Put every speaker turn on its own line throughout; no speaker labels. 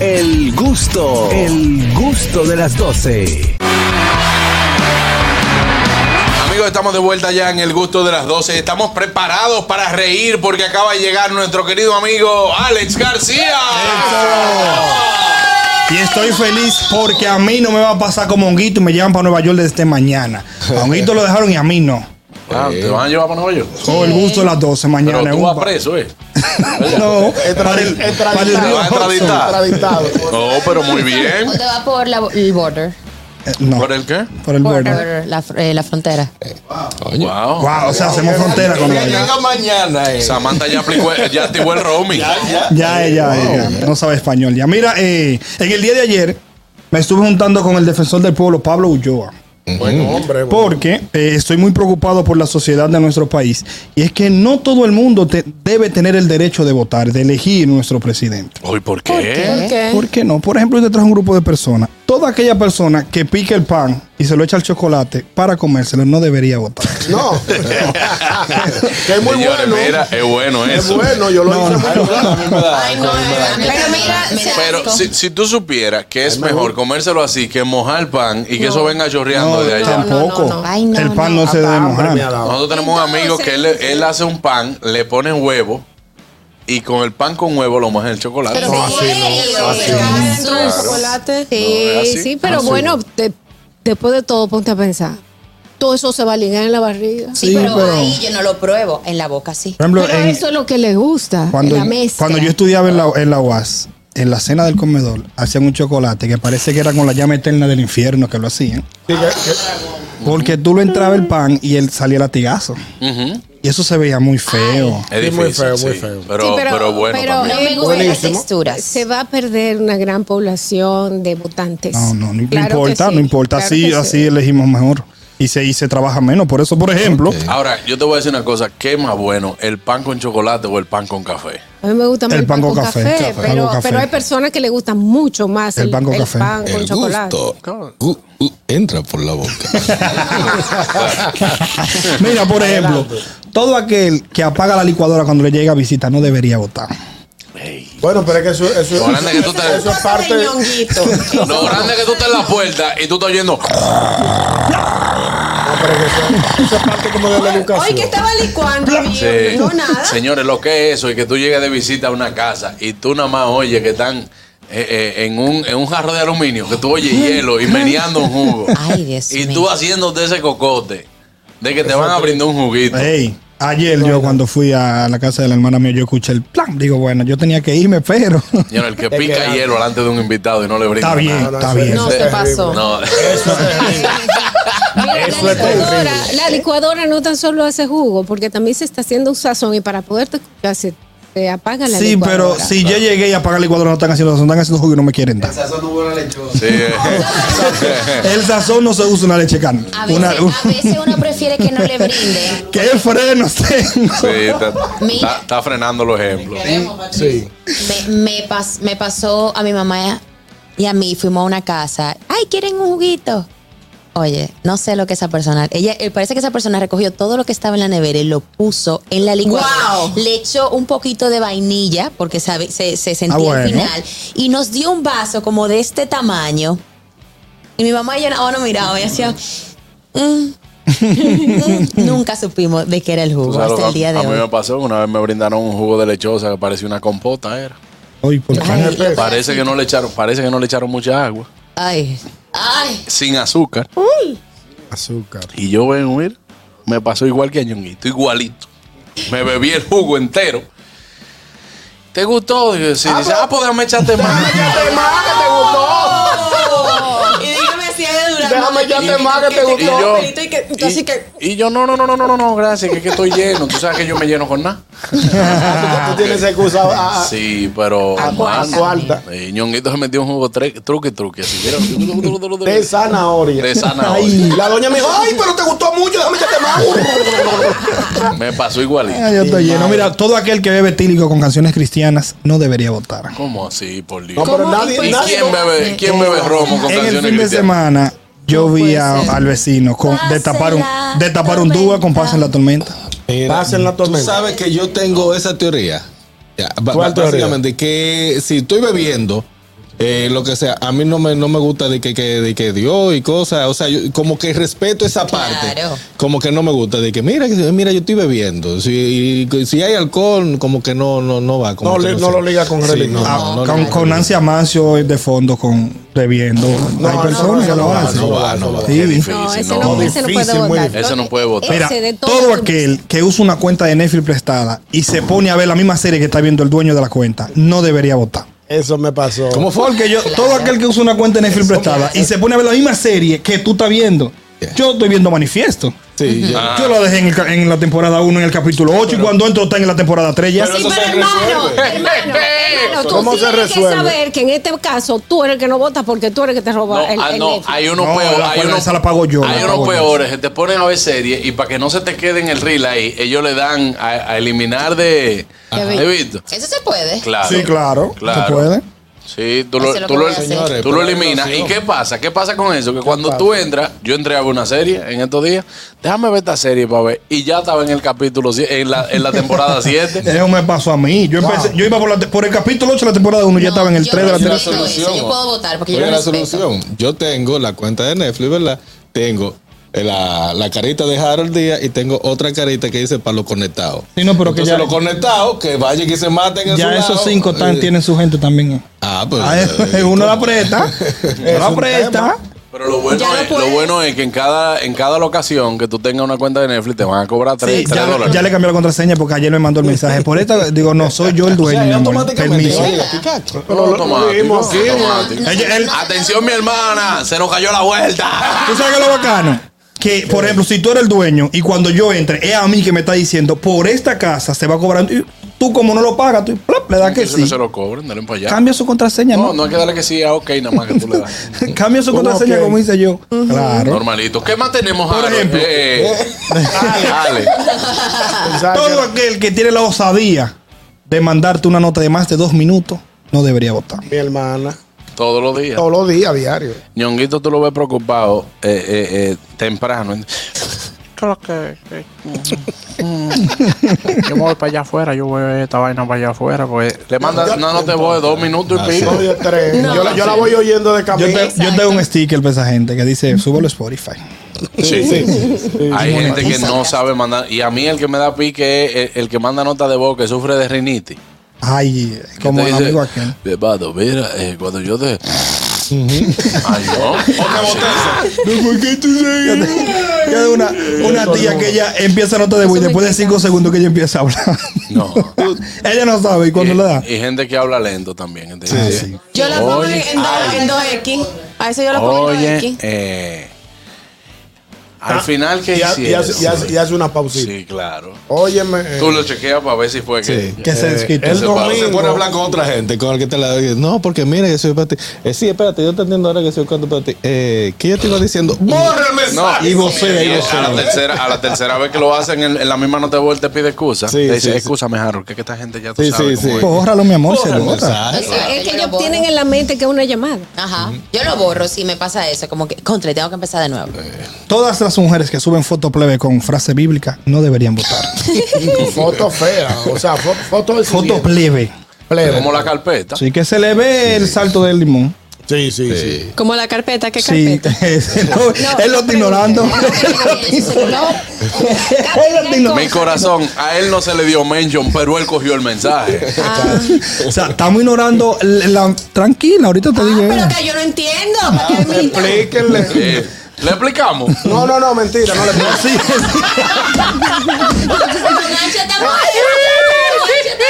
El gusto, el gusto de las 12.
Amigos, estamos de vuelta ya en el gusto de las 12. Estamos preparados para reír porque acaba de llegar nuestro querido amigo Alex García.
Y estoy feliz porque a mí no me va a pasar como a Honguito y me llevan para Nueva York desde mañana. A Honguito lo dejaron y a mí no.
Ah, ¿Te van a llevar para Nueva York?
Todo el gusto de las 12 mañana.
Pero tú
Un
vas
pa-
preso, ¿eh?
No, para el- para el
Te
río
vas a extraditar.
Hudson.
Extraditado.
Oh, pero muy bien.
¿O te va por la, el border?
Eh, No,
¿Por el qué?
por el border.
la, fr- eh, la frontera.
Wow.
Wow, o sea, hacemos frontera con Nueva York.
Llega mañana. eh.
Samantha ya, aplicó, ya activó el roaming.
Ya, ella, ella, no sabe español. Ya, mira, eh, en el día de ayer me estuve juntando con el defensor del pueblo, Pablo Ulloa.
Bueno, hombre. bueno.
Porque eh, estoy muy preocupado por la sociedad de nuestro país. Y es que no todo el mundo te- debe tener el derecho de votar, de elegir nuestro presidente.
Uy, ¿por qué?
Eh.
¿Por qué no? Por ejemplo, usted trae un grupo de personas. Toda aquella persona que pica el pan y se lo echa al chocolate para comérselo no debería votar.
No. que es muy
Señores,
bueno.
mira, es bueno
es
eso.
bueno, yo lo hice. muy bien.
Ay, Ah, no, pero mira,
Pero si, si tú supieras que es mejor comérselo así que mojar pan y que eso venga chorreando
No,
de allá.
tampoco.
no, no. Ay, no,
el pan no,
no.
se debe
Hambre me ha
mojar.
dado.
Nosotros tenemos un amigo
Entonces-
que él, él hace un pan, le pone huevo y con el pan con huevo lo moja en el chocolate.
Pero
No, así no, así no.
chocolate.
Sí,
No, es así.
sí, pero bueno, de- después de todo, ponte a pensar. Todo eso se va a ligar en la barriga.
Sí,
Sí,
pero,
pero-
ahí yo no lo pruebo. En la boca sí.
Por ejemplo,
Pero
en-
eso es lo que les gusta,
cuando,
la mezcla.
cuando yo estudiaba en la, en la UAS, en la cena del comedor, hacían un chocolate que parece que era con la llama eterna del infierno que lo hacían.
Sí, que-
Porque tú lo entraba el pan y él salía latigazo.
Ujú.
Y eso se veía muy feo.
Es
Sí,
difícil.
muy feo, muy
sí.
feo. Sí,
Pero,
Sí,
pero, bueno.
pero
también.
No me
eh,
gustan las
Buenísimo.
texturas.
se va a perder una gran población de votantes.
No, no, no
Claro que
importa,
sí,
no importa.
claro
así,
que sí.
así elegimos mejor. Y se, y se trabaja menos. Por eso, por ejemplo,
Ahora, yo te voy a decir una cosa. ¿Qué más bueno, el pan con chocolate o el pan con café?
A mí me gusta más
El
el,
pan
pan
con
con
café,
café,
café, pan
pero,
con café.
pero hay personas que le gustan mucho más
El
el,
pan con
el
café.
pan con
El
chocolate.
gusto uh, uh, entra por la boca.
mira, por ejemplo, todo aquel que apaga la licuadora cuando le llega a visita no debería votar.
Bueno, pero es que eso, eso,
Lo grande que tú te-
eso es parte.
Lo grande es que tú estás en la puerta y tú estás oyendo.
No, pero es que eso, eso es parte como de la educación.
Hoy que estaba licuando,
Sí.
no nada.
Señores, lo que es eso y que tú llegues de visita a una casa y tú nada más oyes que están eh, eh, en, un, en un jarro de aluminio, que tú oyes hielo y meneando un jugo.
Ay, Dios
y
mío.
tú haciéndote ese cocote de que te van a brindar un juguito.
Ey, ayer yo cuando fui a la casa de la hermana mía, yo escuché el plan. Digo, bueno, yo tenía que irme, pero
Señor, el que pica
quedando.
hielo delante de un invitado y no le brinda.
está bien,
nada.
no,
está
eso es-
bien.
No,
Sí.
se pasó.
No,
Mira,
Eso
la,
es terrible.
licuadora, la licuadora no tan solo hace jugo, porque también se está haciendo un sazón y para poder te, se te apaga la
Sí, pero
licuadora.
si yo llegué y apagar la licuadora no están haciendo sazón, están haciendo jugo y no me quieren dar.
sí. eh,
El sazón no se usa una leche cana.
A veces,
Una,
a veces uno prefiere que no le brinde.
¿Qué frenos tengo?
Sí, está, está-
Mira.
está frenando los ejemplos.
Sí.
Me, me pas- me pasó a mi mamá y a mí, fuimos a una casa. Ay, ¿quieren un juguito? Oye, no sé lo que esa persona. Ella eh, parece que esa persona recogió todo lo que estaba en la nevera y lo puso en la licuadora.
Wow.
Le echó un poquito de vainilla porque sabe, se, se sentía
Ah, bueno.
al final y nos dio un vaso como de este tamaño. Y mi mamá y yo oh, no, no miraba y hacía. "Mm, mm". nunca supimos de qué era el
Tú
jugo
sabes lo
hasta
que
el día de
Pues a mí me
hoy.
pasó, una vez me brindaron un jugo de lechosa que parecía una compota, era.
Ay, ¿por qué?
Ay, lo-
Parece que no le echaron, parece que no le echaron mucha agua,
ay, ay.
sin azúcar.
Azúcar.
Y yo ven, mira, me pasó igual que a Ñonguito, igualito. Me bebí el jugo entero. ¿Te gustó? Digo, sí, dice, ah, pues déjame echarte más.
Déjame más que te gustó.
Y dígame si es de durazno.
Déjame echarte más que te
Y
gustó.
quitó
yo-
el pelito y que- y tú así que-
Y, y yo, no, no, no, no, no, no, no, gracias, que, es que estoy lleno. Tú sabes que yo me lleno con nada.
Ah, tú, tú tienes excusa. a- a-
Sí, pero.
A cuarta. A cuarta.
Eh, Ñonguito se metió un jugo tre- truque, truque. Así, mira.
de zanahoria.
De zanahoria.
Ay, la doña me dijo, ay, pero te gustó mucho, déjame echarte más.
Me pasó igualito.
Ay, yo estoy lleno. Mira, todo aquel que bebe tílico con canciones cristianas no debería votar.
¿Cómo así, por Dios?
No, pero nadie,
¿Y
nadie.
quién bebe, quién bebe romo con
En el
canciones
fin de
cristianas?
semana, yo vi a- al vecino con, destapar un,
Pase la
destapar un dúo con Pase en la tormenta.
Mira,
Pasa en la
tú
tormenta.
sabes que yo tengo esa teoría. Ya, ba-
¿Cuál
ba- básicamente, que si estoy bebiendo eh, lo que sea. A mí no me, no me gusta de que, que- de que dio y cosas. O sea, yo como que respeto esa parte.
Claro.
Como que no me gusta de que, mira, que- mira yo estoy bebiendo. Si, y- si hay alcohol, como que no, no, no va. como
No
que
li- no
sé.
lo liga con religión.
no,
Ah,
no, no,
con,
no.
con Nancy Amancio de fondo, con bebiendo. Hay
no,
personas
no,
que
no,
lo
no,
hacen.
no va, no va.
Sí.
Qué difícil,
No,
no.
ese no, ese no puede
Difícil, muy
votar.
difícil. Ese no puede votar.
Mira,
Ese de
todo
todos.
aquel que usa una cuenta de Netflix prestada y se pone a ver la misma serie que está viendo el dueño de la cuenta, no debería votar.
Eso me pasó.
¿Cómo fue?
Porque yo, todo aquel que usa una cuenta de Netflix prestada y se pone a ver la misma serie que tú estás viendo,
Yeah.
yo estoy viendo Manifiesto.
Sí, ya.
Ah.
Yo lo dejé en, el ca- en la temporada 1, en el capítulo 8, y cuando entro está en la temporada 3 ya. Eh,
Pero
Sí,
eso
pero
se
hermano,
resuelve.
hermano, hermano, tú
¿Cómo se
tienes que
resuelve?
saber que en este caso tú eres el que no votas porque tú eres el que te roba
No,
el,
ah,
el
no,
Netflix.
hay uno
No,
peor.
la
hay
cual-
uno,
esa la pago yo,
Hay
la
unos
pago yo.
peores que te ponen a ver series y para que no se te quede en el reel ahí, ellos le dan a, a eliminar de.
Ya vi.
¿Has visto?
Eso se puede.
Claro.
Sí, claro.
Claro.
¿Se puede?
Sí, tú
Eso
lo,
es lo
tú
que
lo-
voy a hacer.
Señores,
tú lo
pero hay
eliminas. ¿Y
relación.
qué pasa? ¿Qué pasa con eso? Que cuando tú entras, yo entré a ver una serie en estos días, déjame ver esta serie para ver. Y ya estaba en el capítulo, sie- en la, en la temporada 7.
Eso me pasó a mí. Yo, empecé, yo iba por, la te- por el capítulo 8 de la temporada 1, ya estaba en el
yo
3 de la
respeto
temporada
eso, yo puedo votar porque yo
Oye,
lo
la
respeto.
solución. Yo tengo la cuenta de Netflix, ¿verdad? Tengo eh, la, la carita de Harold Díaz y tengo otra carita que dice para los conectados.
Sí, no, pero que
Entonces,
ya-
los conectados, que vayan y que se maten. en su
Ya esos
lado.
cinco tan,
Eh,
tienen su gente también.
Ah, pues.
Ah,
eh,
uno la
¿cómo?
presta. uno la presta.
Pero lo bueno,
lo
es, lo
puedes.
bueno es que en cada, en cada locación que tú tengas una cuenta de Netflix te van a cobrar 3,
Sí, ya,
dólares.
ya le cambié la contraseña porque ayer me mandó el mensaje. Por esta, digo, no, soy yo el
O sea,
dueño. mi amor.
automáticamente.
Permiso.
oye, Pikachu.
Pero automático,
vimos, sí,
automático.
no,
Ella- él-
no,
Atención, mi hermana, se nos cayó la vuelta.
¿Tú sabes qué es lo bacano? Que, por ejemplo, si tú eres el dueño y cuando yo entre, es a mí que me está diciendo, por esta casa se va cobrando. Y tú, como no lo pagas, tú plop, le das que
Eso no
sí.
se lo cobran, dale para allá.
Cambia su contraseña,
no,
¿no?
no hay que darle que sí a OK nada más que tú le das.
Cambia su contraseña,
ok?
como hice yo. Claro.
Normalito. ¿Qué más tenemos
Por
Harold?
ejemplo.
Eh, Ale.
Pensaba que
Todo
era-
aquel que tiene la osadía de mandarte una nota de más de dos minutos, no debería votar.
Mi hermana.
Todos los días.
Todos los días, diario.
Ñonguito, tú lo ves preocupado eh, eh, eh, temprano.
Claro que. que- mm, mm. yo me voy para allá afuera, yo voy a ver esta vaina para allá afuera, pues.
Le manda, no, no te voy, dos minutos y pico.
Todos los días tres. Yo, la, yo la voy oyendo de
Yo,
camino.
te- yo tengo un sticker para esa gente que dice, súbelo a Spotify.
Sí. Hay gente que
Exacto.
no sabe mandar. Y a mí el que me da pique es el, el que manda nota de voz que sufre de rinitis.
Ay,
Que
como
te
el
dice,
amigo aquel.
"Bebado, mira, eh, cuando yo Ah, te. Ay, no.
Ah, Yo te- yo de una, una tía que ella empieza a nota de voz y después de cinco segundos que ella empieza a hablar.
No.
ella no sabe y cuando le da.
Y, y gente que habla lento también. gente que dice,
Yo la pongo en-
Oye,
en dos-
ay.
en 2X. A eso yo la pongo en 2X.
Oye, eh, al final que
Y, ha- y
hicieron.
hace, y hace- y hace una pausita.
Sí, claro.
Óyeme. eh,
Tú lo chequeas para ver si fue que.
Sí.
Que se desquita.
el
se paró.
Se
domingo.
pone a hablar con otra gente, con el que te la doy. No, porque mira, que soy para ti. Eh, sí, espérate, yo te entiendo ahora que soy cuando para ti. Eh, ¿Qué yo te iba diciendo? ¡Borra el mensaje!
y
vocea, y
a, la tercera, a la tercera vez que lo hacen en, en la misma nota de voz, él te pide excusa.
Sí,
te
sí,
dice,
sí.
excúsame, Harold, que, que esta gente ya tú
Sí,
sabes
sí,
cómo
sí.
es".
Bórralo, mi amor, se
Borra el
vota.
mensaje.
Exacto.
Es que
Yo lo
ellos
borro.
tienen en la mente que es una llamada.
Ajá. Yo lo borro si me pasa eso. Como que, contra, tengo que empezar de nuevo.
Todas las mujeres que suben foto plebe con frase bíblica no deberían votar.
Foto fea. O sea, fo- foto de
foto
siguiente.
plebe.
plebe.
Como la carpeta.
Sí, que se le ve el salto del limón.
Sí, sí, sí.
Como la carpeta, ¿qué
Sí,
carpeta?
él lo- él lo está ignorando. Él lo está ignorando.
Mi corazón, a él no se le dio mention, pero él cogió el mensaje.
O sea, estamos ignorando la, la- tranquila, ahorita te
Ah,
digo.
Pero que yo no entiendo. ¿para qué me-
Explíquenle.
Eh, ¿Le explicamos?
No, no, no, mentira. No le puedo
Sí,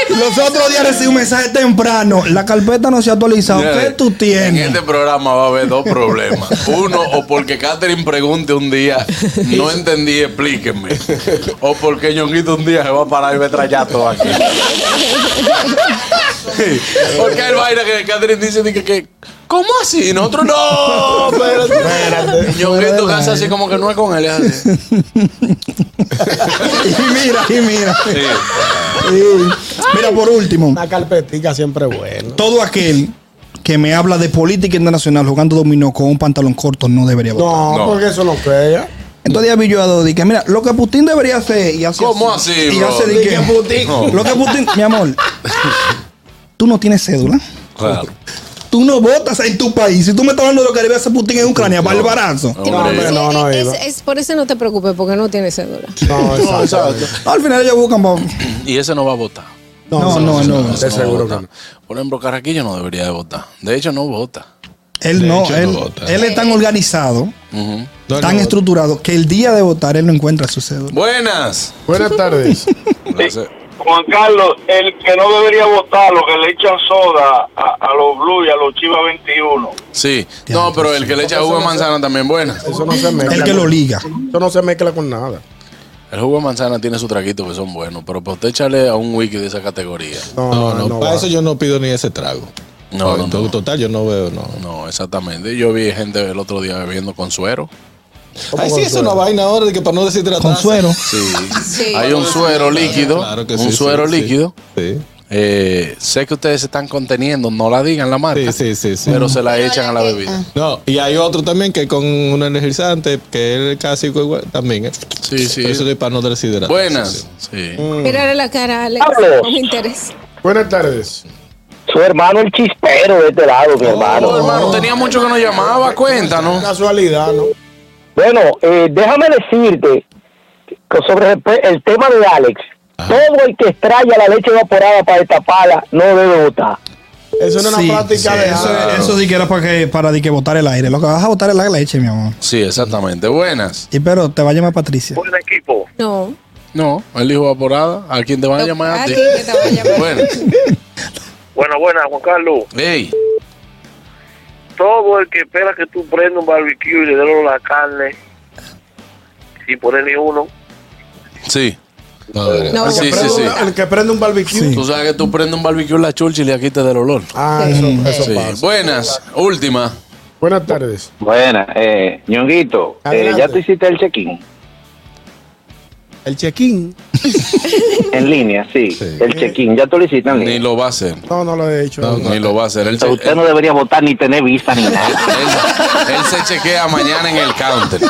Los otros días recibí un mensaje temprano. La carpeta no se ha actualizado. ¿Qué tú
En este
tienes?
programa va a haber dos problemas. Uno, o porque Catherine pregunte un día, no entendí, explíquenme. O porque Ñonguito un día se va a parar y va a trallar todo aquí. Porque hay vaina que Catherine dice di que, que, ¿cómo así? Y nosotros no. Espérate. Ñonguito casi así como que no es con él. es así.
Y mira, y mira.
Sí.
Sí. Mira, por último,
Una carpetica siempre buena.
todo aquel que me habla de política internacional jugando dominó con un pantalón corto no debería votar.
No,
No.
porque eso no pega.
Entonces ya vi yo a Dodi que mira, lo que Putin debería hacer y hace
¿Cómo así,
y
bro?
hace de
Di
que,
que
Lo que Putin, mi amor, tú no tienes cédula.
Claro.
tú no votas en tu país. Si tú me estás hablando de lo que le voy a hacer Putin en Ucrania, barbarazo.
Sí,
Hombre.
porque
No, no,
es-
Eva.
es- es- por eso no te preocupes, porque no tienes cédula.
No, exacto.
Al final ellos buscan pa-
Y ese no va a votar.
No,
Te
no, no.
Ese no va a
seguro que
votar.
no.
Por ejemplo, Carraquillo no debería de votar. De hecho, no vota.
Él
De
no,
hecho, no
él,
vota.
él es tan organizado,
Ujú.
No,
tan
no,
estructurado, que el día de votar él no encuentra su cédula.
Buenas.
Buenas tardes.
Un placer.
Juan Carlos, el que no debería votar, los que le echan soda a, a los Blue y a los Chivas 21.
Sí. No, pero el que le echa jugo de manzana también buenas.
Eso no se mezcla.
El que lo liga.
Eso no se mezcla con nada.
El jugo de manzana tiene su traquito que son buenos, pero para usted echarle a un wiki de esa categoría.
No,
No,
no,
no,
no
para
va.
eso yo no pido ni ese trago.
No, no,
En to-
no.
total, yo no veo, no.
No, exactamente. Yo vi gente el otro día bebiendo con suero.
Ay, sí, es una vaina ahora de que para no deshidratarse.
Con suero.
Sí. Hay un suero líquido.
Claro que
un
sí, sí,
suero
sí.
líquido.
Sí.
Eh, sé que ustedes se están conteniendo, no la digan la marca.
Sí, sí, sí, sí.
Pero se la
Pero
echan
la
a la
que-
bebida.
ah.
No, y hay otro también que con un energizante, que es casi igual también. ¿eh?
Sí, sí.
Pero eso es para no deshidratarse.
Buenas. Sí.
Hmm.
Mírale la cara, Alex.
Pablo.
Con interés.
Buenas tardes.
Su hermano el chispero de este lado, mi hermano.
Oh, hermano, tenía mucho que no llamaba, cuéntanos.
Casualidad, ¿no?
Bueno, eh, déjame decirte que sobre el, el tema de Alex. Todo el que extraña la leche evaporada para destaparla no debe votar.
Eso no es
Sí,
una práctica
sí,
de
eso,
nada.
eso di que era para que, para di que votar el aire. Lo que vas a votar es la leche, mi amor.
Sí, exactamente. Buenas.
Y pero te va a llamar Patricia.
Buen equipo.
No.
No, el hijo evaporada. ¿A quién te van a llamar a
Aquí
ti?
que te va a llamar.
Buenas.
Bueno, buena, Juan Carlos.
Ey,
Todo el que espera que tú prendas un barbecue y le des la carne, sin poner ni uno.
sí.
No, de verdad.
No.
Sí,
El que
sí,
prende
sí.
una- El que prende un barbecue.
Sí.
Tú sabes que tú prendes un barbecue en la Churchill y le quitas del olor.
Ah, eso, eso
Sí.
pasa.
Buenas. Última.
Buenas tardes.
Buena, eh, ñonguito, eh,
Adelante.
ya tú hiciste el check-in
El check-in.
en línea, sí,
Sí.
el check-in, ya tú lo hiciste en
Ni
línea.
lo va a hacer.
No, no lo he hecho.
No,
Ni lo va a hacer. Él,
O sea,
se-
usted no debería votar ni tener vista ni nada.
él- él se chequea mañana en el counter.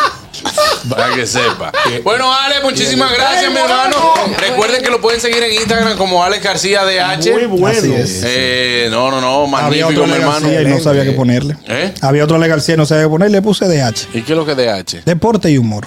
Para que sepa. Bueno, Ale, muchísimas gracias, mi hermano. Recuerden que lo pueden seguir en Instagram como Alex García DH.
Muy
Así
bueno.
es.
Eh, no, no, no,
Había
magnífico,
otro
mi
Le
hermano.
García y no sabía qué ponerle.
¿Eh?
Había otro Le García y no sabía qué ponerle. Le puse DH.
¿Y qué es lo que DH?
Deporte y humor.